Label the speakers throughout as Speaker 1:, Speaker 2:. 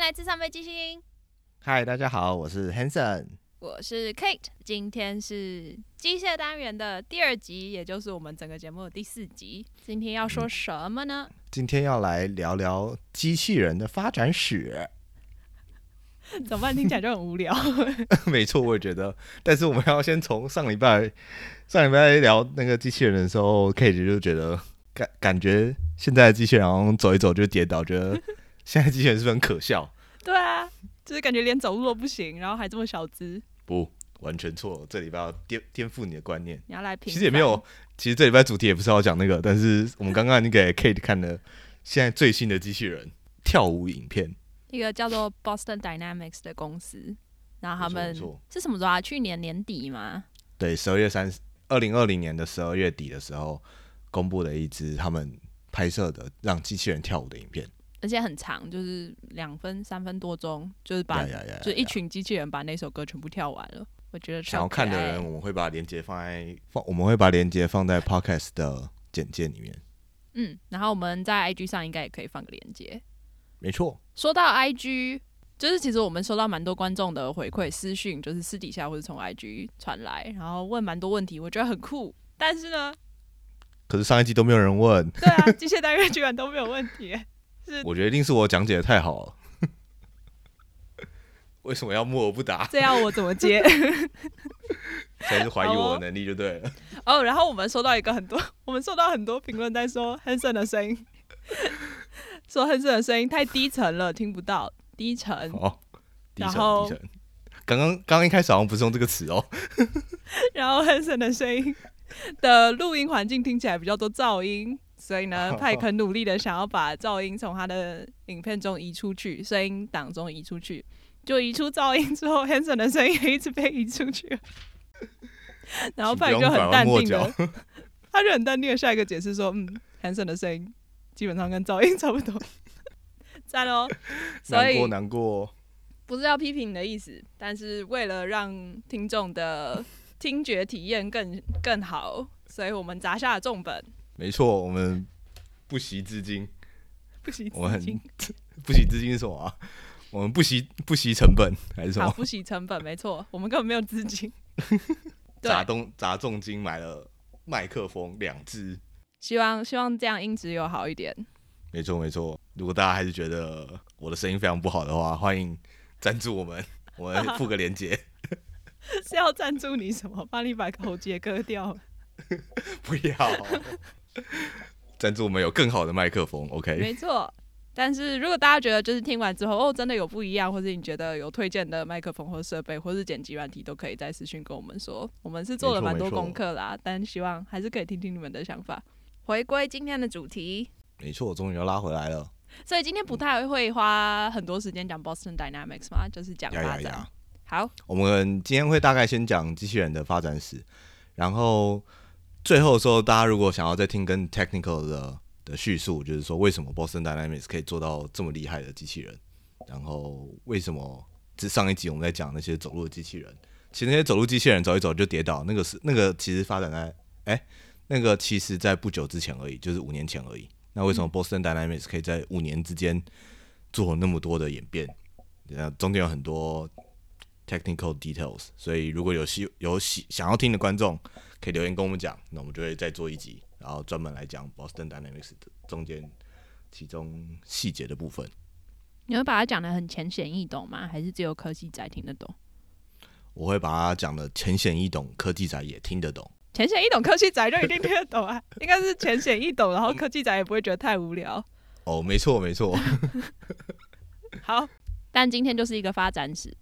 Speaker 1: 来自上飞机星，
Speaker 2: 嗨，大家好，我是 Hanson。
Speaker 1: 我是 Kate，今天是机械单元的第二集，也就是我们整个节目的第四集。今天要说什么呢？
Speaker 2: 今天要来聊聊机器人的发展史。
Speaker 1: 怎么办？听起来就很无聊。
Speaker 2: 没错，我也觉得。但是我们要先从上礼拜上礼拜聊那个机器人的时候，Kate 就觉得感感觉现在的机器人好像走一走就跌倒，觉得现在机器人是不是很可笑？
Speaker 1: 对啊，就是感觉连走路都不行，然后还这么小资，
Speaker 2: 不，完全错了。这礼拜要颠颠覆你的观念。
Speaker 1: 你要来评？
Speaker 2: 其实也没有，其实这礼拜主题也不是要讲那个，但是我们刚刚已经给 Kate 看了现在最新的机器人跳舞影片。
Speaker 1: 一个叫做 Boston Dynamics 的公司，然后他
Speaker 2: 没
Speaker 1: 们
Speaker 2: 错没错
Speaker 1: 是什么时候啊？去年年底嘛。
Speaker 2: 对，十二月三二零二零年的十二月底的时候，公布了一支他们拍摄的让机器人跳舞的影片。
Speaker 1: 而且很长，就是两分、三分多钟，就是把
Speaker 2: 呀呀呀呀
Speaker 1: 就一
Speaker 2: 呀
Speaker 1: 群机器人把那首歌全部跳完了。我觉得超
Speaker 2: 想要
Speaker 1: 可
Speaker 2: 看的
Speaker 1: 爱
Speaker 2: 人，我们会把链接放在放，我们会把链接放在 Podcast 的简介里面。
Speaker 1: 嗯，然后我们在 IG 上应该也可以放个链接。
Speaker 2: 没错，
Speaker 1: 说到 IG，就是其实我们收到蛮多观众的回馈私讯，就是私底下或者从 IG 传来，然后问蛮多问题，我觉得很酷。但是呢，
Speaker 2: 可是上一集都没有人问，
Speaker 1: 对啊，机械单元居然都没有问题，
Speaker 2: 我觉得一定是我讲解的太好了。 为什么要默而不答？
Speaker 1: 这要我怎么接？
Speaker 2: 才是怀疑
Speaker 1: 好
Speaker 2: 我
Speaker 1: 哦
Speaker 2: 的能力就对了。
Speaker 1: 哦，然后我们收到一个很多，我们收到很多评论在说 Hanson 的声音， 说 Hanson 的声音太低沉了，听不到，低沉。
Speaker 2: 好，低
Speaker 1: 然
Speaker 2: 沉
Speaker 1: 后
Speaker 2: 低沉。刚刚刚刚一开始好像不是用这个词哦，
Speaker 1: 然后 Hanson 的声音的录音环境听起来比较多噪音，所以 呢，派肯努力的想要把噪音从他的影片中移出去，声音档中移出去。就移出噪音之后，Hanson 的声音也一直被移出 去了。然后
Speaker 2: 请不
Speaker 1: 派
Speaker 2: 用
Speaker 1: 就很
Speaker 2: 拐弯
Speaker 1: 淡
Speaker 2: 抹
Speaker 1: 定
Speaker 2: 角
Speaker 1: 的， 他就很淡定的下一个解释说，嗯，Hanson 的声音基本上跟噪音差不多，赞哦。所
Speaker 2: 难
Speaker 1: 以
Speaker 2: 过难过。
Speaker 1: 不是要批评你的意思，但是为了让听众的听觉体验更更好，所以我们砸下了重本，
Speaker 2: 没错，我们不惜资金，
Speaker 1: 不惜
Speaker 2: 我
Speaker 1: 资
Speaker 2: 很
Speaker 1: 金，
Speaker 2: 不惜资金是什么啊？ 我们不惜不惜成本还是什
Speaker 1: 好
Speaker 2: 么？
Speaker 1: 不惜成本，没错，我们根本没有资 金。对，
Speaker 2: 砸东砸重金买了麦克风两支。
Speaker 1: 希望希望这样音质有好一点。
Speaker 2: 没错没错，如果大家还是觉得我的声音非常不好的话，欢迎赞助 我们，我们附个链接。
Speaker 1: 是要赞助你什么？帮你把喉结割掉？
Speaker 2: 不要 赞助我们有更好的麦克风，OK？
Speaker 1: 没错。但是如果大家觉得就是听完之后哦，真的有不一样，或者你觉得有推荐的麦克风或设备，或是剪辑软体，都可以在私讯跟我们说。我们是做了
Speaker 2: 没错
Speaker 1: 蛮多
Speaker 2: 没错
Speaker 1: 功课啦，但希望还是可以听听你们的想法。回归今天的主题，
Speaker 2: 没错，终于要拉回来了。
Speaker 1: 所以今天不太会花很多时间讲 Boston Dynamics 嘛，就是讲
Speaker 2: 呀
Speaker 1: 发
Speaker 2: 呀
Speaker 1: 展。
Speaker 2: 呀！
Speaker 1: 好，
Speaker 2: 我们今天会大概先讲机器人的发展史，然后最后的时候，大家如果想要再听更 technical 的的叙述，就是说为什么 Boston Dynamics 可以做到这么厉害的机器人，然后为什么这上一集我们在讲那些走路的机器人，其实那些走路机器人走一走就跌倒，那个是那个其实发展在哎、那个其实在不久之前而已，就是五年前而已。那为什么 Boston Dynamics 可以在五年之间做那么多的演变？呃，中间有很多 technical details，所以如果有希有喜想要听的观众，可以留言跟我们讲，那我们就会再做一集，然后专门来讲 Boston Dynamics 的中间其中细节的部分。
Speaker 1: 你会把它讲的很浅显易懂吗？还是只有科技仔听得懂？
Speaker 2: 我会把它讲的浅显易懂，科技仔也听得懂。
Speaker 1: 浅显易懂，科技仔就一定听得懂啊， 应该是浅显易懂，然
Speaker 2: 嗯
Speaker 1: 后科技仔也不会觉得太无聊。
Speaker 2: 哦，没错，没错，
Speaker 1: 好，但今天就是一个发展史。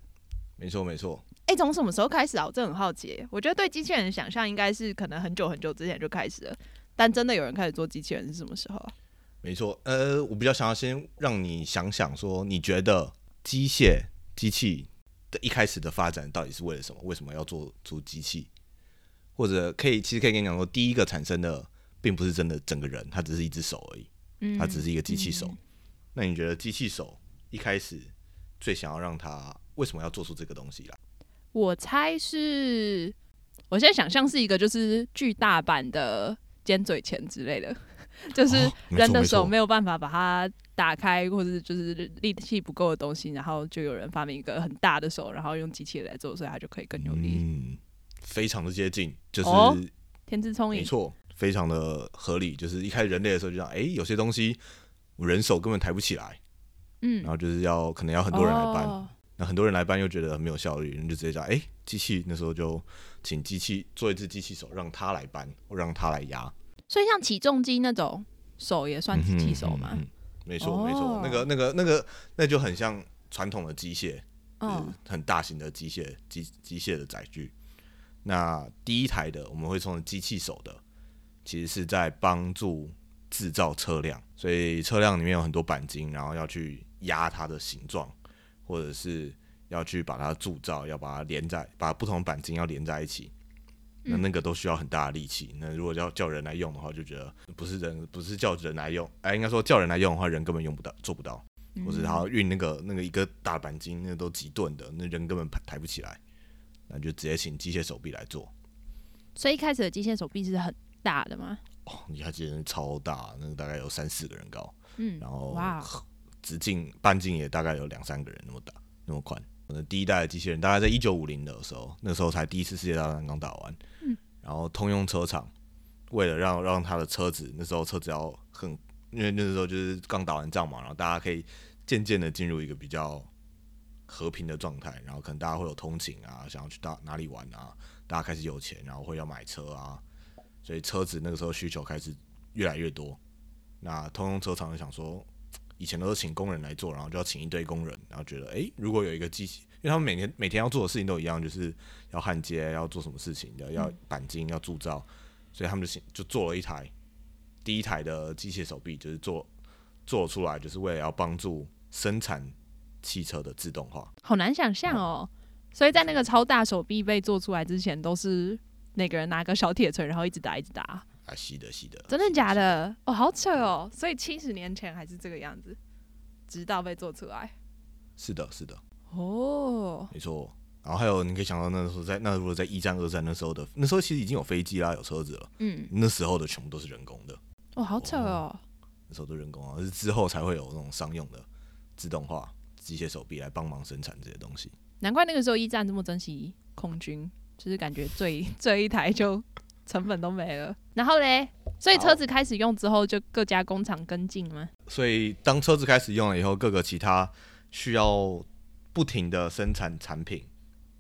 Speaker 2: 没错，没错。
Speaker 1: 哎、从什么时候开始啊？我真的很好奇耶。我觉得对机器人的想象应该是可能很久很久之前就开始了，但真的有人开始做机器人是什么时候啊？
Speaker 2: 没错，呃，我比较想要先让你想想说，你觉得机械机器的一开始的发展到底是为了什么？为什么要做出机器？或者可以，其实可以跟你讲说，第一个产生的并不是真的整个人，它只是一只手而已，
Speaker 1: 嗯
Speaker 2: 它只是一个机器手。那你觉得机器手一开始最想要让它为什么要做出这个东西来？
Speaker 1: 我猜是，我现在想象是一个就是巨大版的尖嘴钳之类的，就是
Speaker 2: 哦没错
Speaker 1: 人的
Speaker 2: 没错
Speaker 1: 手没有办法把它打开或者就是力气不够的东西，然后就有人发明一个很大的手，然后用机器人来做，所以它就可以更有力。
Speaker 2: 嗯，非常的接近，就是、
Speaker 1: 哦天资聪
Speaker 2: 没
Speaker 1: 颖，
Speaker 2: 错，非常的合理。就是一开始人类的时候就想，哎、有些东西我人手根本抬不起来，
Speaker 1: 嗯
Speaker 2: 然，后就是要可能要很多人来搬，
Speaker 1: 哦
Speaker 2: 那很多人来搬又觉得很没有效率，人就直接叫哎机、器，那时候就请机器做一只机器手，让它来搬，或让它来压。
Speaker 1: 所以像起重机那种手也算机器手嘛
Speaker 2: 嗯？嗯嗯没错
Speaker 1: 哦
Speaker 2: 没错，那个那个那个那就很像传统的机械，就是
Speaker 1: 嗯，
Speaker 2: 很大型的机械机机械的载具。那第一台的我们会从机器手的，其实是在帮助制造车辆，所以车辆里面有很多钣金，然后要去压它的形状，或者是要去把它铸造，要把它连在，把不同钣金要连在一起。那
Speaker 1: 嗯
Speaker 2: 那个都需要很大的力气。那如果要叫人来用的话，就觉得不是人，不是叫人来用，哎，应该说叫人来用的话，人根本用不到，做不到。嗯
Speaker 1: 嗯
Speaker 2: 或者他要运那个那个一个大钣金，那都几吨的，那人根本抬抬不起来，那就直接请机械手臂来做。
Speaker 1: 所以一开始的机械手臂是很大的嘛？
Speaker 2: 哦，你看，真的超大，那个大概有三四个人高，
Speaker 1: 嗯，
Speaker 2: 然后
Speaker 1: 哇，
Speaker 2: 直径半径也大概有两三个人那么大，那么宽。那第一代的机器人大概在一九五零的时候，那时候才第一次世界大战刚打完，
Speaker 1: 嗯
Speaker 2: 然后通用车厂为了让让他的车子，那时候车子要很，因为那时候就是刚打完仗嘛，然后大家可以渐渐的进入一个比较和平的状态，然后可能大家会有通勤啊，想要去到哪里玩啊，大家开始有钱，然后会要买车啊，所以车子那个时候需求开始越来越多。那通用车厂就想说，以前都是请工人来做，然后就要请一堆工人，然后觉得，诶，如果有一个机器，因为他们每天每天要做的事情都一样，就是要焊接，要做什么事情，要要钣金，要铸造，所以他们就请就做了一台第一台的机械手臂，就是做做出来，就是为了要帮助生产汽车的自动化。
Speaker 1: 好难想象哦。所以在那个超大手臂被做出来之前，都是那个人拿个小铁锤，然后一直打，一直打。
Speaker 2: 啊，是的，是的，
Speaker 1: 真的假的？哦，好扯哦！所以七十年前还是这个样子，直到被做出来。
Speaker 2: 是的，是的，
Speaker 1: 哦，
Speaker 2: 没错。然后还有，你可以想到那时候在那如果在一战、二战那时候的，那时候其实已经有飞机啦，有车子了，
Speaker 1: 嗯，
Speaker 2: 那时候的全部都是人工的。
Speaker 1: 哦，好扯哦。
Speaker 2: 那时候都人工啊，而是之后才会有那种商用的自动化机械手臂来帮忙生产这些东西。
Speaker 1: 难怪那个时候一战这么珍惜空军，就是感觉最 最一台就成本都没了。然后嘞，所以车子开始用之后，就各家工厂跟进吗？
Speaker 2: 所以当车子开始用了以后，各个其他需要不停的生产产品，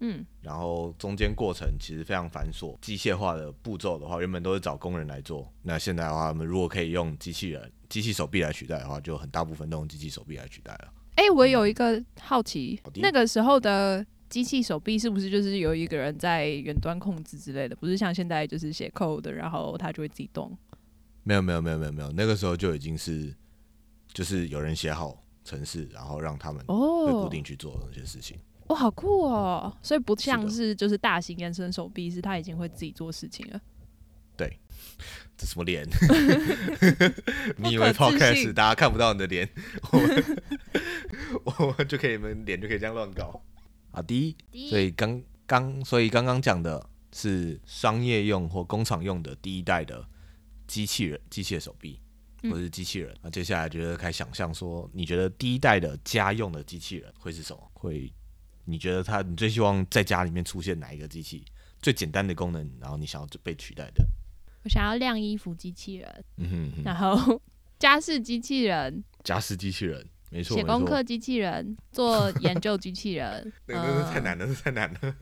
Speaker 1: 嗯，
Speaker 2: 然后中间过程其实非常繁琐，机械化的步骤的话，原本都是找工人来做，那现在的话，我们如果可以用机器人、机器手臂来取代的话，就很大部分都用机器手臂来取代了。
Speaker 1: 哎、我有一个好奇
Speaker 2: 嗯好，的
Speaker 1: 那个时候的机器手臂是不是就是有一个人在远端控制之类的？不是像现在就是写 code，然后它就会自己动。
Speaker 2: 没有没有没有没有没有，那个时候就已经是就是有人写好程式，然后让他们会固
Speaker 1: 哦，
Speaker 2: 定去做那些事情。
Speaker 1: 哇，好酷哦！所以不像
Speaker 2: 是
Speaker 1: 是就是大型延伸手臂，是它已经会自己做事情了。
Speaker 2: 这什 么脸？
Speaker 1: 不
Speaker 2: 你以为
Speaker 1: 可置
Speaker 2: podcast
Speaker 1: 信
Speaker 2: 大家看不到你的脸，我们 我们就可以，你们脸就可以这样乱搞。好的，所以刚刚所以刚刚讲的是商业用或工厂用的第一代的机器人、机械手臂
Speaker 1: 嗯
Speaker 2: 或是机器人。那、接下来就是开始想象说，你觉得第一代的家用的机器人会是什么？会？你觉得它你最希望在家里面出现哪一个机器？最简单的功能，然后你想要被取代的？
Speaker 1: 我想要晾衣服机器人，
Speaker 2: 嗯哼嗯哼
Speaker 1: 然 后家事机器人，
Speaker 2: 家事机器人，没错，
Speaker 1: 写功
Speaker 2: 没
Speaker 1: 课
Speaker 2: 错，，
Speaker 1: 机器人，做研究机器人
Speaker 2: 那个那个太
Speaker 1: 嗯
Speaker 2: 难了，那太难了。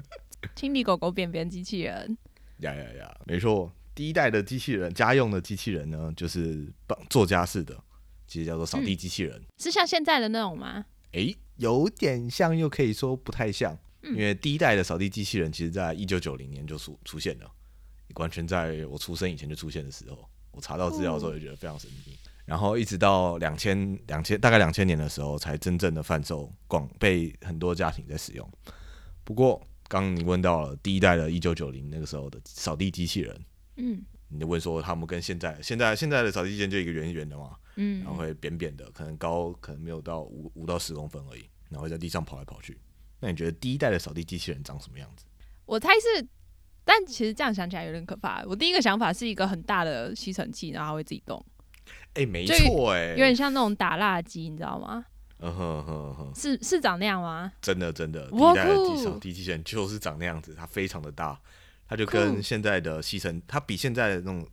Speaker 1: 清理狗狗便便机器人，
Speaker 2: 呀呀呀，没错，第一代的机器人，家用的机器人呢，就是帮做家事的，其实叫做扫地机器人。
Speaker 1: 是像现在的那种吗？
Speaker 2: 诶，有点像，又可以说不太像，因为第一代的扫地机器人，其实在一九九零年就出出现了，完全在我出生以前就出现的时候，我查到资料的时候也觉得非常神秘。然后一直到两千两千大概两千年的时候，才真正的贩售广被很多家庭在使用。不过，刚刚你问到了第一代的一九九零那个时候的扫地机器人，
Speaker 1: 嗯
Speaker 2: 你就问说他们跟现在现在现在的扫地机器人就一个圆圆的嘛，
Speaker 1: 嗯
Speaker 2: 然，后哦会扁扁的，可能高可能没有到五五到十公分而已，然后会在地上跑来跑去。那你觉得第一代的扫地机器人长什么样子？
Speaker 1: 我猜是，但其实这样想起来有点可怕。我第一个想法是一个很大的吸尘器，然后它会自己动。
Speaker 2: 哎、哎、没错哎、
Speaker 1: 有点像那种打蜡机，你知道吗？
Speaker 2: 嗯哼哼哼，
Speaker 1: 是是长那样吗？
Speaker 2: 真的真的，第
Speaker 1: 哇
Speaker 2: 一代的机
Speaker 1: 酷
Speaker 2: 手第一机器人就是长那样子，它非常的大，它就
Speaker 1: 酷
Speaker 2: 跟现在的吸尘，它比现在的那种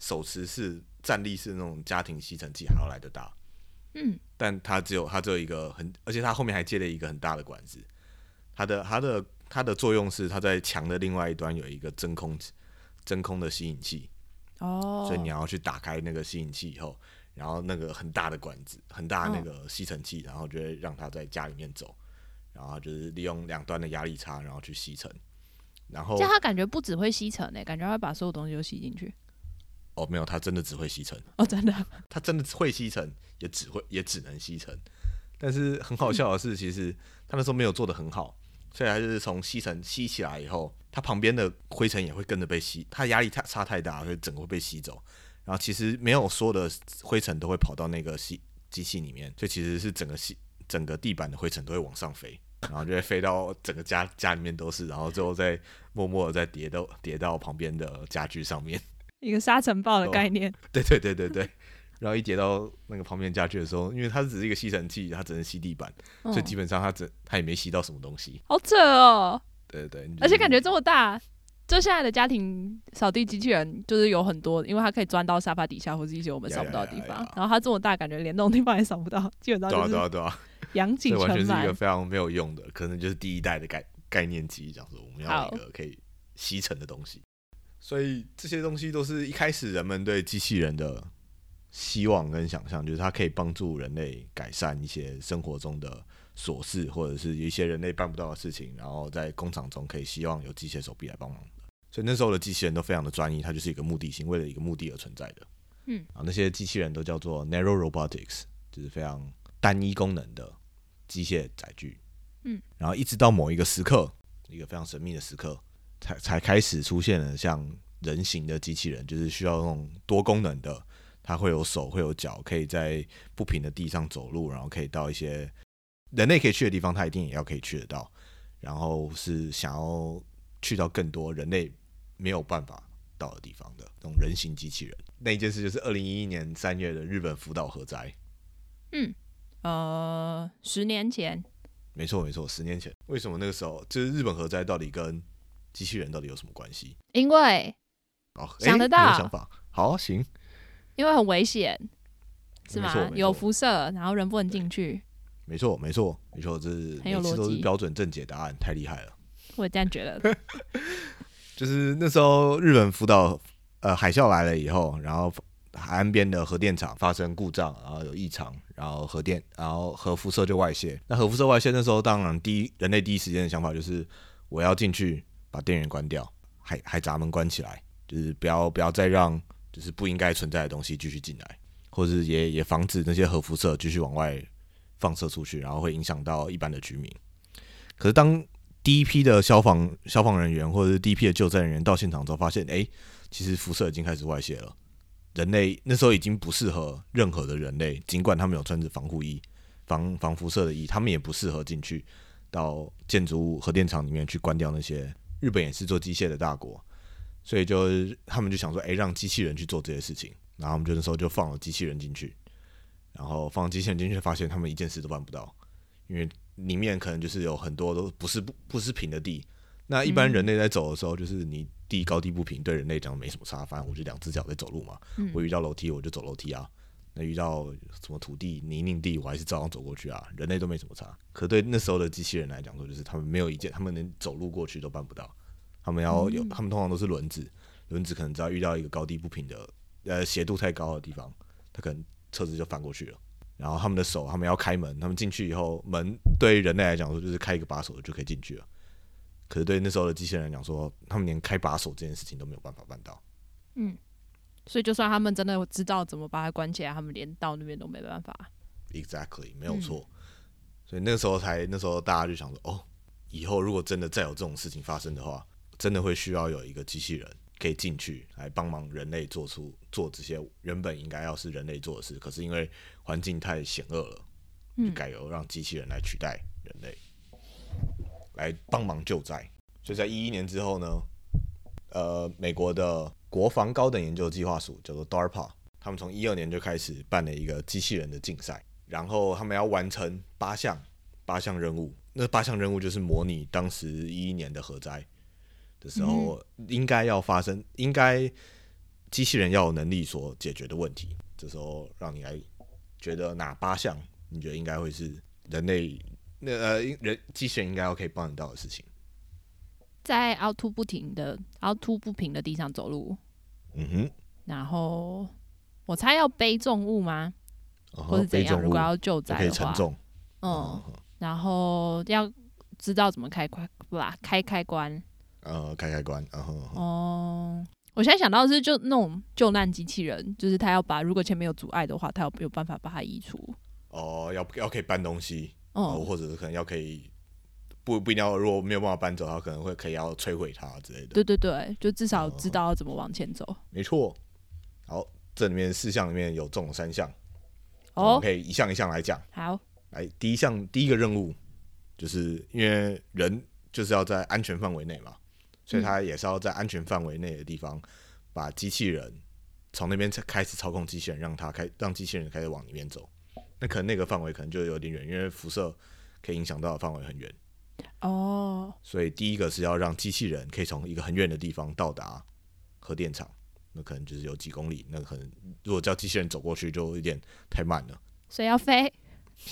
Speaker 2: 手持式、站立式那种家庭吸尘器还要来得大，
Speaker 1: 嗯，
Speaker 2: 但它只有它只有一个很，而且它后面还接了一个很大的管子，它的它的它的作用是它在墙的另外一端有一个真空真空的吸引器，
Speaker 1: 哦，
Speaker 2: 所以你要去打开那个吸引器以后，然后那个很大的管子，很大
Speaker 1: 嗯
Speaker 2: 的那个吸尘器，然后就会让它在家里面走，然后就是利用两端的压力差，然后去吸尘。然后
Speaker 1: 这样它感觉不只会吸尘诶、感觉它会把所有东西都吸进去。
Speaker 2: 哦，没有，它真的只会吸尘，
Speaker 1: 哦，真的，
Speaker 2: 它真的会吸尘，也只会也只能吸尘。但是很好笑的是，其实它那时候没有做的很好，所以它就是从吸尘吸起来以后，它旁边的灰尘也会跟着被吸，它压力太差太大，所以整个会被吸走。然后其实没有所有的灰尘都会跑到那个吸机器里面，所以其实是整个吸整个地板的灰尘都会往上飞，然后就会飞到整个家家里面都是，然后最后再默默的再叠到叠到旁边的家具上面。
Speaker 1: 一个沙尘暴的
Speaker 2: 哦
Speaker 1: 概念。
Speaker 2: 对对对对对。然后一叠到那个旁边家具的时候，因为它只是一个吸尘器，它只能吸地板，
Speaker 1: 嗯
Speaker 2: 所以基本上它只它也没吸到什么东西。
Speaker 1: 好扯哦，
Speaker 2: 对对对，
Speaker 1: 而且感觉这么大，就现在的家庭扫地机器人就是有很多，因为它可以钻到沙发底下或是一些我们扫不到的地
Speaker 2: 呀呀
Speaker 1: 方
Speaker 2: 呀呀。
Speaker 1: 然后它这么大，感觉连那种地方也扫不到， 基本上
Speaker 2: 对啊
Speaker 1: 就
Speaker 2: 对
Speaker 1: 是
Speaker 2: 啊对啊，
Speaker 1: 养
Speaker 2: 这
Speaker 1: 景
Speaker 2: 完全
Speaker 1: 全
Speaker 2: 是一
Speaker 1: 满
Speaker 2: 个。非常没有用的，可能就是第一代的概概念机，讲说我们要
Speaker 1: 好
Speaker 2: 一个可以吸尘的东西。所以这些东西都是一开始人们对机器人的希望跟想象，就是它可以帮助人类改善一些生活中的琐事，或者是一些人类办不到的事情，然后在工厂中可以希望有机械手臂来帮忙的。所以那时候的机器人都非常的专一，它就是一个目的性，为了一个目的而存在的。
Speaker 1: 嗯，
Speaker 2: 啊，那些机器人都叫做 narrow robotics，就是非常单一功能的机械载具。
Speaker 1: 嗯，
Speaker 2: 然后一直到某一个时刻，一个非常神秘的时刻，才才开始出现了像人形的机器人，就是需要那种多功能的，它会有手，会有脚，可以在不平的地上走路，然后可以到一些人类可以去的地方，它一定也要可以去得到。然后是想要去到更多人类没有办法到的地方的那种人形机器人。那一件事就是二零一一年三月的日本福岛核灾，
Speaker 1: 呃，十年前
Speaker 2: 没错没错，十年前。为什么那个时候就是日本核灾到底跟机器人到底有什么关系？
Speaker 1: 因为
Speaker 2: 哦，诶
Speaker 1: 想得到
Speaker 2: 你有想法，好行，
Speaker 1: 因为很危险，是
Speaker 2: 没
Speaker 1: 吗
Speaker 2: 错没？错
Speaker 1: 有辐射，然后人不能进去，
Speaker 2: 没错没错没错，这是
Speaker 1: 很有
Speaker 2: 每次都
Speaker 1: 逻
Speaker 2: 是
Speaker 1: 辑
Speaker 2: 标准正解答案，太厉害了。
Speaker 1: 我这样觉 得。
Speaker 2: 就是那时候日本福岛呃海啸来了以后，然后海岸边的核电厂发生故障，然后有异常，然后核电，然后核辐射就外泄。那核辐射外泄那时候当然第一人类第一时间的想法就是我要进去把电源关掉，海海闸门关起来，就是不要不要再让就是不应该存在的东西继续进来，或者也也防止那些核辐射继续往外放射出去，然后会影响到一般的居民。可是当第一批的消防消防人员或者是第一批的救灾人员到现场之后，发现哎、诶其实辐射已经开始外泄了。人类那时候已经不适合任何的人类，尽管他们有穿着防护衣、防防辐射的衣，他们也不适合进去到建筑物、核电厂里面去关掉那些。日本也是做机械的大国，所以就他们就想说，哎、让机器人去做这些事情。然后他们就那时候就放了机器人进去，然后放机器人进去，发现他们一件事都办不到，因为里面可能就是有很多都不是不不是平的地。那一般人类在走的时候，就是你地高低不平，对人类讲没什么差，反正我就两只脚在走路嘛。
Speaker 1: 嗯
Speaker 2: 我遇到楼梯我就走楼梯啊，那遇到什么土地泥泞地，我还是照样走过去啊。人类都没什么差，可对那时候的机器人来讲说，就是他们没有一件，他们连走路过去都办不到。他们要有，他们通常都是轮子，轮子可能只要遇到一个高低不平的，呃，斜度太高的地方，它可能车子就翻过去了。然后他们的手，他们要开门，他们进去以后，门对于人类来讲说就是开一个把手就可以进去了。可是对那时候的机器人来讲说，他们连开把手这件事情都没有办法办到。
Speaker 1: 所以就算他们真的知道怎么把它关起来，他们连到那边都没办法。
Speaker 2: Exactly，没有错。所以那个时候才，那时候大家就想说，哦，以后如果真的再有这种事情发生的话，真的会需要有一个机器人可以进去来帮忙人类做出做这些原本应该要是人类做的事，可是因为环境太险恶了，就改由让机器人来取代人类，来帮忙救灾。所以在一一年之后呢，呃，美国的国防高等研究计划署叫做 DARPA，他们从一二年就开始办了一个机器人的竞赛，然后他们要完成八项八项任务。那八项任务就是模拟当时一一年的核灾的时
Speaker 1: 嗯
Speaker 2: 候，应该要发生，应该机器人要有能力所解决的问题。这时候让你来觉得哪八项你觉得应该会是人类那呃人机器人应该要可以帮得到的事情？
Speaker 1: 在凹凸不停的凹凸不平的地上走路，
Speaker 2: 嗯哼，
Speaker 1: 然后我猜要背重物吗？
Speaker 2: 然
Speaker 1: 或
Speaker 2: 后
Speaker 1: 是怎
Speaker 2: 背
Speaker 1: 样？
Speaker 2: 重
Speaker 1: 如
Speaker 2: 物
Speaker 1: 果要救
Speaker 2: 就
Speaker 1: 灾
Speaker 2: 可以
Speaker 1: 的
Speaker 2: 承
Speaker 1: 话，
Speaker 2: 重，
Speaker 1: 嗯，然后要知道怎么开关，不啦，开开关。
Speaker 2: 呃，开开关，然后
Speaker 1: 哦，我现在想到的是就那种救难机器人，就是他要把如果前面有阻碍的话，他有有办法把它移除。
Speaker 2: 哦、要要可以搬东西，哦、
Speaker 1: 哦，
Speaker 2: 或者是可能要可以不不一定要，如果没有办法搬走，它可能会可以要摧毁它之类的。
Speaker 1: 对对对，就至少
Speaker 2: 哦
Speaker 1: 知道要怎么往前走。
Speaker 2: 没错。好，这里面四项里面有中了三项，我们
Speaker 1: 哦，
Speaker 2: 可以一项一项来讲。
Speaker 1: 好，
Speaker 2: 来，第一项第一个任务，就是因为人就是要在安全范围内嘛，所以他也是要在安全范围内的地方，把机器人从那边开始操控机器人，让它开让机器人开始往里面走。那可能那个范围可能就有点远，因为辐射可以影响到的范围很远。
Speaker 1: 哦，
Speaker 2: 所以第一个是要让机器人可以从一个很远的地方到达核电厂，那可能就是有几公里，那可能如果叫机器人走过去就有点太慢了。
Speaker 1: 所以要飞。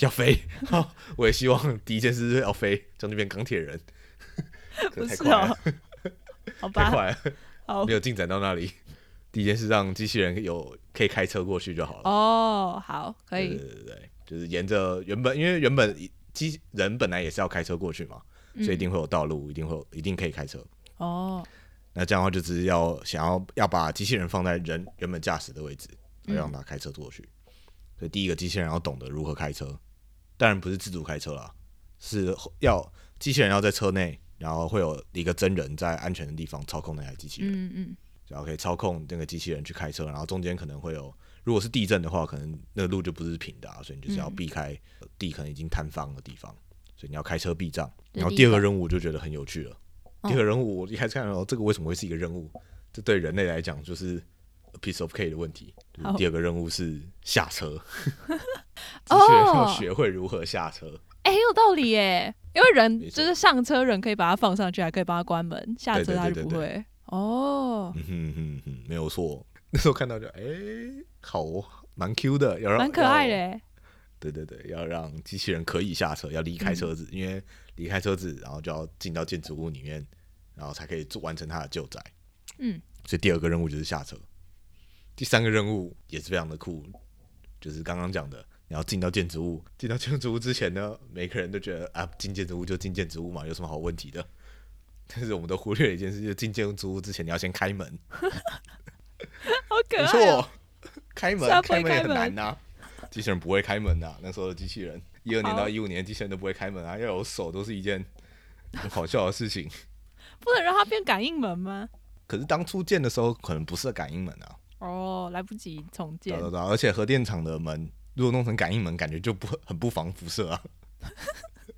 Speaker 2: 要飞， 我也希望第一件事是要飞，这样就变钢 铁人。
Speaker 1: 不
Speaker 2: 太
Speaker 1: 是
Speaker 2: 快了
Speaker 1: 哦，好
Speaker 2: 太
Speaker 1: 吧，
Speaker 2: 快了，
Speaker 1: 好
Speaker 2: 没有进展到那里。第一件事让机器人有可以开车过去就好了。
Speaker 1: 哦，好，可
Speaker 2: 对
Speaker 1: 以，
Speaker 2: 对对对，就是沿着原本，因为原本机人本来也是要开车过去嘛，
Speaker 1: 嗯
Speaker 2: 所以一定会有道路，一定会有，一定可以开车。
Speaker 1: 哦，
Speaker 2: 那这样的话，就是要想要要把机器人放在人原本驾驶的位置，
Speaker 1: 嗯
Speaker 2: 让它开车过去。所以第一个，机器人要懂得如何开车，当然不是自主开车啦，是要机器人要在车内，然后会有一个真人在安全的地方操控那台机器人，
Speaker 1: 嗯嗯，
Speaker 2: 然后可以操控那个机器人去开车，然后中间可能会有。如果是地震的话，可能那个路就不是平的、啊，所以你就是要
Speaker 1: 嗯
Speaker 2: 避开呃地可能已经坍方的地方，所以你要开车避障。
Speaker 1: 对
Speaker 2: 然后
Speaker 1: 避
Speaker 2: 第二个
Speaker 1: 障哦
Speaker 2: 任务我就觉得很有趣了。第二个任务我一开始看到这个为什么会是一个任务，这对人类来讲就是 a piece of cake 的问题。就是
Speaker 1: 好
Speaker 2: 第二个任务是下车， 机器人要
Speaker 1: 哦，
Speaker 2: 学会如何下车。
Speaker 1: 哎，很有道理耶，因为人
Speaker 2: 没错
Speaker 1: 就是上车，人可以把它放上去，还可以帮它关门，下
Speaker 2: 对
Speaker 1: 车
Speaker 2: 对
Speaker 1: 它就
Speaker 2: 对对
Speaker 1: 不
Speaker 2: 对
Speaker 1: 会。哦，
Speaker 2: 嗯哼哼哼，没有错。那时候看到就哎、好哦，蛮 Q 的，要让
Speaker 1: 蛮可爱的
Speaker 2: 要
Speaker 1: 耶。
Speaker 2: 对对对，要让机器人可以下车，要离开车子，因为离开车子，然后就要进到建筑物里面，然后才可以做完成它的救灾。
Speaker 1: 嗯，
Speaker 2: 所以第二个任务就是下车，第三个任务也是非常的酷，就是刚刚讲的，你要进到建筑物，进到建筑物之前呢，每个人都觉得啊，进建筑物就进建筑物嘛，有什么好问题的？但是我们都忽略了一件事，就是进建筑物之前你要先开门，
Speaker 1: 好 可
Speaker 2: 没
Speaker 1: 爱、哦。
Speaker 2: 错， 开门
Speaker 1: 是要，
Speaker 2: 开
Speaker 1: 会
Speaker 2: 门也
Speaker 1: 开
Speaker 2: 很
Speaker 1: 门
Speaker 2: 难呐、机器人不会开门呐、那时候的机器人，一二年
Speaker 1: 好
Speaker 2: 到一五年的机器人都不会开门啊，要有手都是一件很好笑的事情。
Speaker 1: 不能让它变感应门吗？
Speaker 2: 可是当初建的时候，可能不是感应门啊，
Speaker 1: 哦，来不及重建
Speaker 2: 对啊对对，而且核电厂的门如果弄成感应门，感觉就不很不防辐 射啊。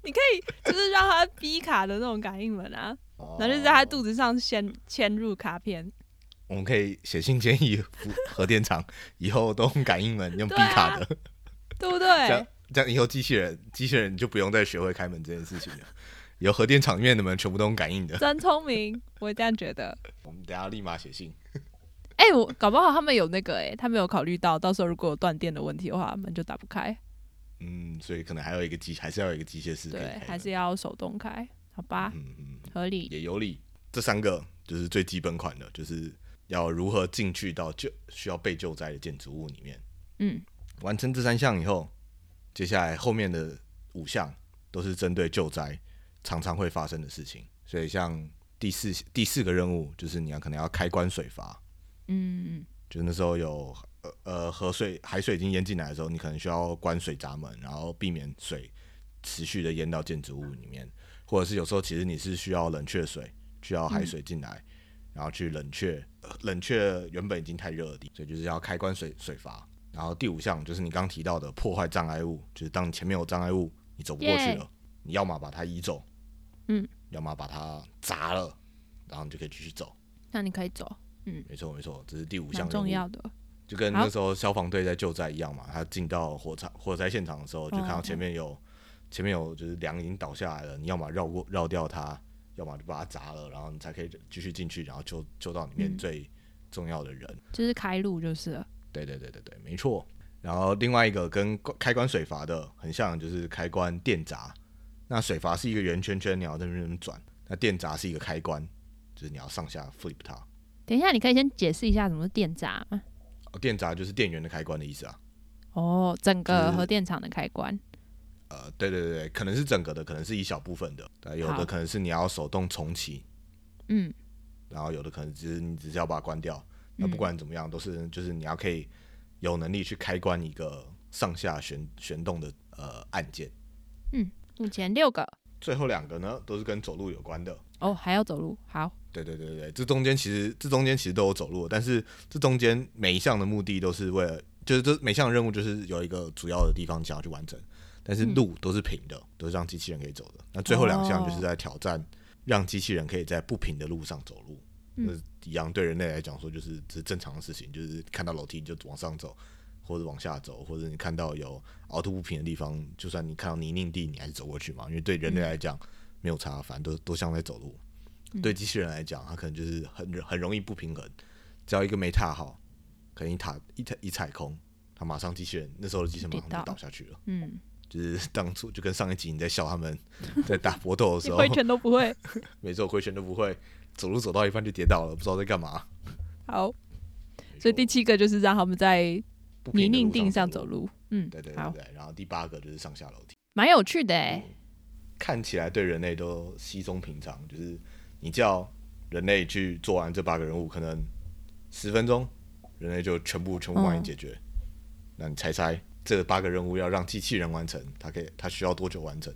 Speaker 1: 你可以就是让它逼卡的那种感应门啊，
Speaker 2: 哦
Speaker 1: 然后就是在它肚子上先嵌入卡片。
Speaker 2: 我们可以写信建议辐核电厂以后都用感应门，用 B
Speaker 1: 对啊
Speaker 2: 卡的，
Speaker 1: 对不
Speaker 2: 这样
Speaker 1: 对？
Speaker 2: 这样以后机器人机器人就不用再学会开门这件事情了。以后核电厂里面的门全部都用感应的，
Speaker 1: 真聪明，我也这样觉得。
Speaker 2: 我们等一下立马写信。
Speaker 1: 哎、我搞不好他们有那个哎、他们有考虑到，到时候如果有断电的问题的话，门就打不开。
Speaker 2: 嗯，所以可能还有一个机，还是要有一个机械师可以
Speaker 1: 对
Speaker 2: 开，门
Speaker 1: 还是要手动开，好吧？
Speaker 2: 嗯嗯，
Speaker 1: 合理。
Speaker 2: 也有理。这三个就是最基本款的，就是要如何进去到救需要被救灾的建筑物里面。
Speaker 1: 嗯，
Speaker 2: 完成这三项以后，接下来后面的五项都是针对救灾常常会发生的事情。所以像第四第四个任务就是你要可能要开关水阀，
Speaker 1: 嗯嗯
Speaker 2: 就那时候有呃呃河水海水已经淹进来的时候，你可能需要关水闸门，然后避免水持续的淹到建筑物里面，或者是有时候其实你是需要冷却水，需要
Speaker 1: 嗯
Speaker 2: 海水进来，然后去冷却、呃冷却原本已经太热的地，所以就是要开关水水阀。然后第五项就是你刚提到的破坏障碍物，就是当你前面有障碍物，你走不过去了你要么把它移走，
Speaker 1: 嗯，
Speaker 2: 要么把它砸了，然后你就可以继续走。
Speaker 1: 那你可以走，
Speaker 2: 没错没错，这是第五项
Speaker 1: 蛮
Speaker 2: 任务
Speaker 1: 重要的。
Speaker 2: 就跟
Speaker 1: 好
Speaker 2: 那时候消防队在救灾一样嘛，他进到火场火灾现场的时候，就看到前面有、前面有就是梁已经倒下来了，你要么绕过绕掉它，要么就把它砸了，然后你才可以继续进去，然后救救到里面
Speaker 1: 嗯
Speaker 2: 最重要的人。
Speaker 1: 就是开路就是了。
Speaker 2: 对对对对对，没错。然后另外一个跟关开关水阀的很像，就是开关电闸。那水阀是一个圆圈圈，你要在那边转；那电闸是一个开关，就是你要上下 flip 它。
Speaker 1: 等一下，你可以先解释一下什么是电闸吗？
Speaker 2: 哦，电闸就是电源的开关的意思啊。
Speaker 1: 哦，整
Speaker 2: 就
Speaker 1: 个
Speaker 2: 是
Speaker 1: 核电厂的开关。
Speaker 2: 呃，对对对对，可能是整个的，可能是一小部分的，呃有
Speaker 1: 好
Speaker 2: 的可能是你要手动重启，
Speaker 1: 嗯，
Speaker 2: 然后有的可能只是你只是要把它关掉。那不管怎么样，都是就是你要可以有能力去开关一个上下旋旋动的呃按键。
Speaker 1: 目前六个。
Speaker 2: 最后两个呢，都是跟走路有关的。
Speaker 1: 哦，还要走路。好，
Speaker 2: 对对对对对，这中间其实这中间其实都有走路，但是这中间每一项的目的都是为了，就是这每项任务就是有一个主要的地方想要去完成，但是路都是平的，都是让机器人可以走的。那最后两项就是在挑战让机器人可以在不平的路上走路，
Speaker 1: 嗯
Speaker 2: 就是一样对人类来讲说就是这是正常的事情，就是看到楼梯你就往上走。或者往下走，或者你看到有凹凸不平的地方，就算你看到泥泞地，你还是走过去嘛，因为对人类来讲没有差，反正都都像在走路。
Speaker 1: 嗯
Speaker 2: 对机器人来讲，它可能就是很很容易不平衡，只要一个没踏好，可能一踏一踩一踩空，它马上机器人那时候的机器人马上
Speaker 1: 跌倒
Speaker 2: 就倒下去了。
Speaker 1: 嗯，
Speaker 2: 就是当初就跟上一集你在笑 他们在打搏斗的时
Speaker 1: 连
Speaker 2: 候，
Speaker 1: 挥拳都不 会。
Speaker 2: 每次我挥拳都不会，走路走到一半就跌倒了，不知道在干嘛。
Speaker 1: 好，所以第七个就是让他们在
Speaker 2: 不
Speaker 1: 泥
Speaker 2: 平的路
Speaker 1: 泞地上走
Speaker 2: 路，
Speaker 1: 路。嗯，
Speaker 2: 对对对嗯
Speaker 1: 好，
Speaker 2: 对。然后第八个就是上下楼梯，
Speaker 1: 蛮有趣的哎。
Speaker 2: 看起来对人类都稀松平常，就是你叫人类去做完这八个任务，可能十分钟，人类就全部全部帮你
Speaker 1: 嗯
Speaker 2: 解决。那你猜猜这八个任务要让机器人完成，它可以它需要多久完成？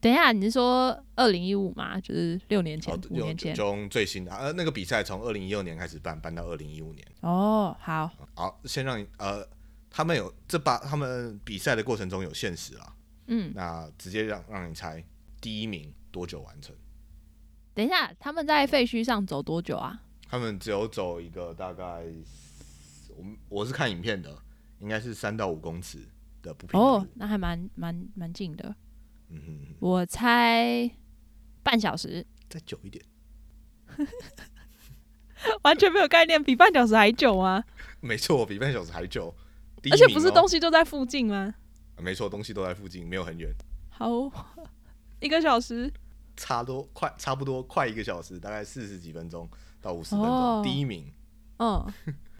Speaker 1: 等一下，你是说二零一五吗？就是六年前
Speaker 2: 好，、
Speaker 1: 五年
Speaker 2: 用
Speaker 1: 前？
Speaker 2: 用哦最新的呃那个比赛从二零一六年开始办，办到二零一五年。
Speaker 1: 哦，好，
Speaker 2: 好，先让你呃，他们有这把他们比赛的过程中有限时啊，
Speaker 1: 嗯，
Speaker 2: 那直接让让你猜第一名多久完成？
Speaker 1: 等一下，他们在废墟上走多久啊？
Speaker 2: 他们只有走一个大概，我们我是看影片的，应该是三到五公尺的不平的路
Speaker 1: 哦，那还蛮蛮蛮近的，
Speaker 2: 嗯哼哼，
Speaker 1: 我猜半小时，
Speaker 2: 再久一点，
Speaker 1: 完全没有概念，比半小时还久吗？
Speaker 2: 没错，比半小时还久。第一
Speaker 1: 而且
Speaker 2: 名
Speaker 1: 不是
Speaker 2: 哦
Speaker 1: 东西就在附近吗？
Speaker 2: 啊没错，东西都在附近，没有很远，
Speaker 1: 好， 一个小时，
Speaker 2: 差多快，差不多快一个小时，大概四十几分钟到五十分钟，
Speaker 1: 哦
Speaker 2: 第一名。
Speaker 1: 嗯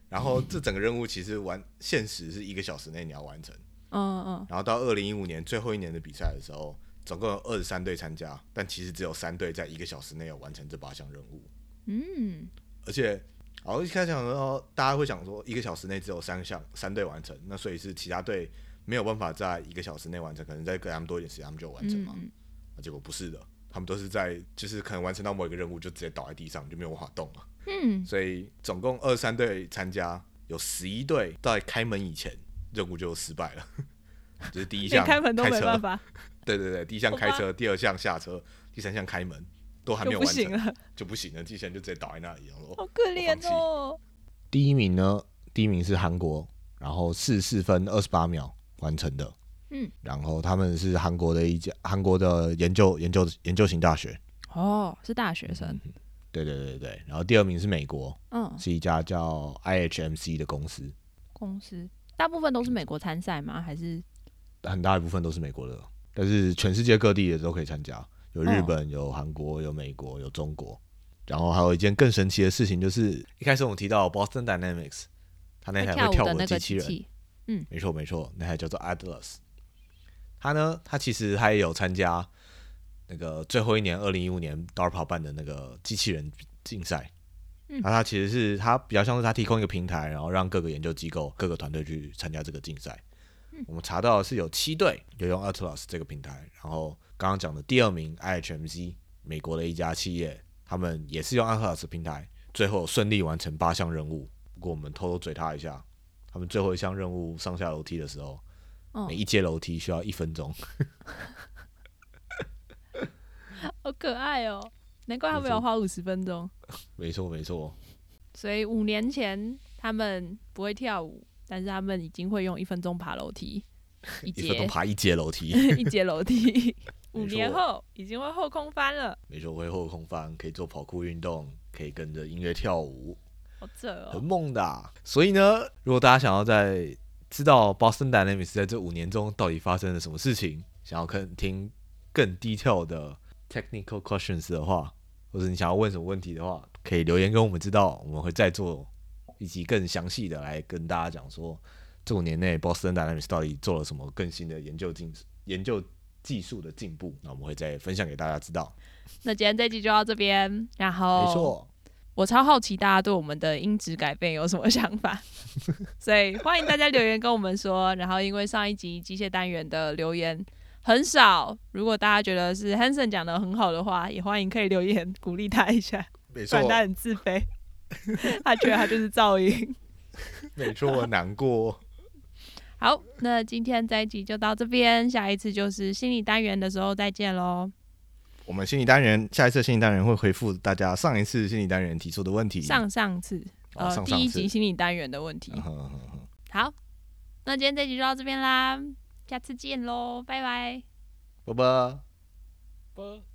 Speaker 2: 然后这整个任务其实完限时是一个小时内你要完成，
Speaker 1: 嗯嗯，
Speaker 2: 然后到二零一五年最后一年的比赛的时候，总共有二十三队参加，但其实只有三队在一个小时内有完成这八项任务。
Speaker 1: 嗯，
Speaker 2: 而且，然后一开始想说，哦大家会想说，一个小时内只有三项三队完成，那所以是其他队没有办法在一个小时内完成，可能再给他们多一点时间，他们就完成嘛。
Speaker 1: 嗯
Speaker 2: 那结果不是的，他们都是在就是可能完成到某一个任务就直接倒在地上，就没有办法动了。啊
Speaker 1: 嗯，
Speaker 2: 所以总共二三队参加，有十一队在开门以前任务就失败了， 就是第一
Speaker 1: 连
Speaker 2: 项
Speaker 1: 开门都没
Speaker 2: 车
Speaker 1: 办法，
Speaker 2: 对对对，第一项
Speaker 1: 好吧
Speaker 2: 开车，第二项下车，第三项开门，都还没
Speaker 1: 就
Speaker 2: 有
Speaker 1: 不
Speaker 2: 完成哦
Speaker 1: 行了，
Speaker 2: 就不行了，机器人就直接倒在那里，然后
Speaker 1: 好可怜哦。
Speaker 2: 第一名呢，第一名是韩国，然后四十四分二十八秒完成的。
Speaker 1: 嗯，
Speaker 2: 然后他们是韩国的一家韩国的研究研究研究型大学。
Speaker 1: 哦，是大学生，
Speaker 2: 对对对对，然后第二名是美国，
Speaker 1: 嗯，
Speaker 2: 是一家叫 IHMC 的公司，
Speaker 1: 公司大部分都是美国参赛吗？还是
Speaker 2: 很大一部分都是美国的，但是全世界各地的都可以参加，有日本、有韩国、有美国、有中国。然后还有一件更神奇的事情，就是一开始我们提到 Boston Dynamics，它那台
Speaker 1: 跳
Speaker 2: 会
Speaker 1: 舞
Speaker 2: 跳
Speaker 1: 的
Speaker 2: 舞
Speaker 1: 那
Speaker 2: 的
Speaker 1: 个机
Speaker 2: 机器人，
Speaker 1: 器？
Speaker 2: 没错没错，那台叫做 Atlas。他呢，他其实他也有参加那个最后一年二零一五年 DARPA 办的那个机器人竞赛。
Speaker 1: 嗯
Speaker 2: 那他其实是他比较像是他提供一个平台，然后让各个研究机构、各个团队去参加这个竞赛。我们查到的是有七队有用 Atlas 这个平台，然后刚刚讲的第二名 IHMC 美国的一家企业，他们也是用 Atlas 平台，最后顺利完成八项任务。不过我们偷偷嘴他一下，他们最后一项任务上下楼梯的时候，
Speaker 1: 嗯
Speaker 2: 每一阶楼梯需要一分钟。
Speaker 1: 好可爱哦，难怪他们
Speaker 2: 没
Speaker 1: 要
Speaker 2: 错
Speaker 1: 花五十分钟。
Speaker 2: 没错没错，
Speaker 1: 所以五年前他们不会跳舞，但是他们已经会用一分钟爬楼 梯，一
Speaker 2: 一分钟
Speaker 1: 阶
Speaker 2: 爬一阶楼梯，
Speaker 1: 一阶楼梯。
Speaker 2: 没
Speaker 1: 五
Speaker 2: 错
Speaker 1: 年后已经会后空翻了，
Speaker 2: 没错，会后空翻，可以做跑酷运动，可以跟着音乐跳舞，
Speaker 1: 好扯
Speaker 2: 很
Speaker 1: 哦！
Speaker 2: 猛的啊、所以呢，如果大家想要在知道 Boston Dynamics 在这五年中到底发生了什么事情，想要看听更低调的 technical questions 的话，或者你想要问什么问题的话，可以留言跟我们知道，我们会再做以及更详细的来跟大家讲说，这五年内 Boston Dynamics 到底做了什么更新的研究进研究技术的进步，那我们会再分享给大家知道。
Speaker 1: 那今天这集就到这边，然后
Speaker 2: 没错。
Speaker 1: 我超好奇大家对我们的音质改变有什么想法， 所以欢迎大家留言跟我们说。然后因为上一集机械单元的留言很少，如果大家觉得是 Hanson 讲的很好的话，也欢迎可以留言鼓励他一下，
Speaker 2: 没
Speaker 1: 不然他很自卑， 他觉得他就是噪音。
Speaker 2: 没错，难过。
Speaker 1: 好，那今天这一集就到这边，下一次就是心理单元的时候再见喽。
Speaker 2: 我们心理单元下一次心理单元会回复大家上一次心理单元提出的问题。
Speaker 1: 上上次
Speaker 2: 嗯哦
Speaker 1: 呃
Speaker 2: 上
Speaker 1: 第
Speaker 2: 上
Speaker 1: 一
Speaker 2: 次
Speaker 1: 集心理单元的问题
Speaker 2: 嗯，哼哼哼
Speaker 1: 好，那今天这集就到这边啦，下次见喽，拜拜。
Speaker 2: 啵啵。
Speaker 3: 啵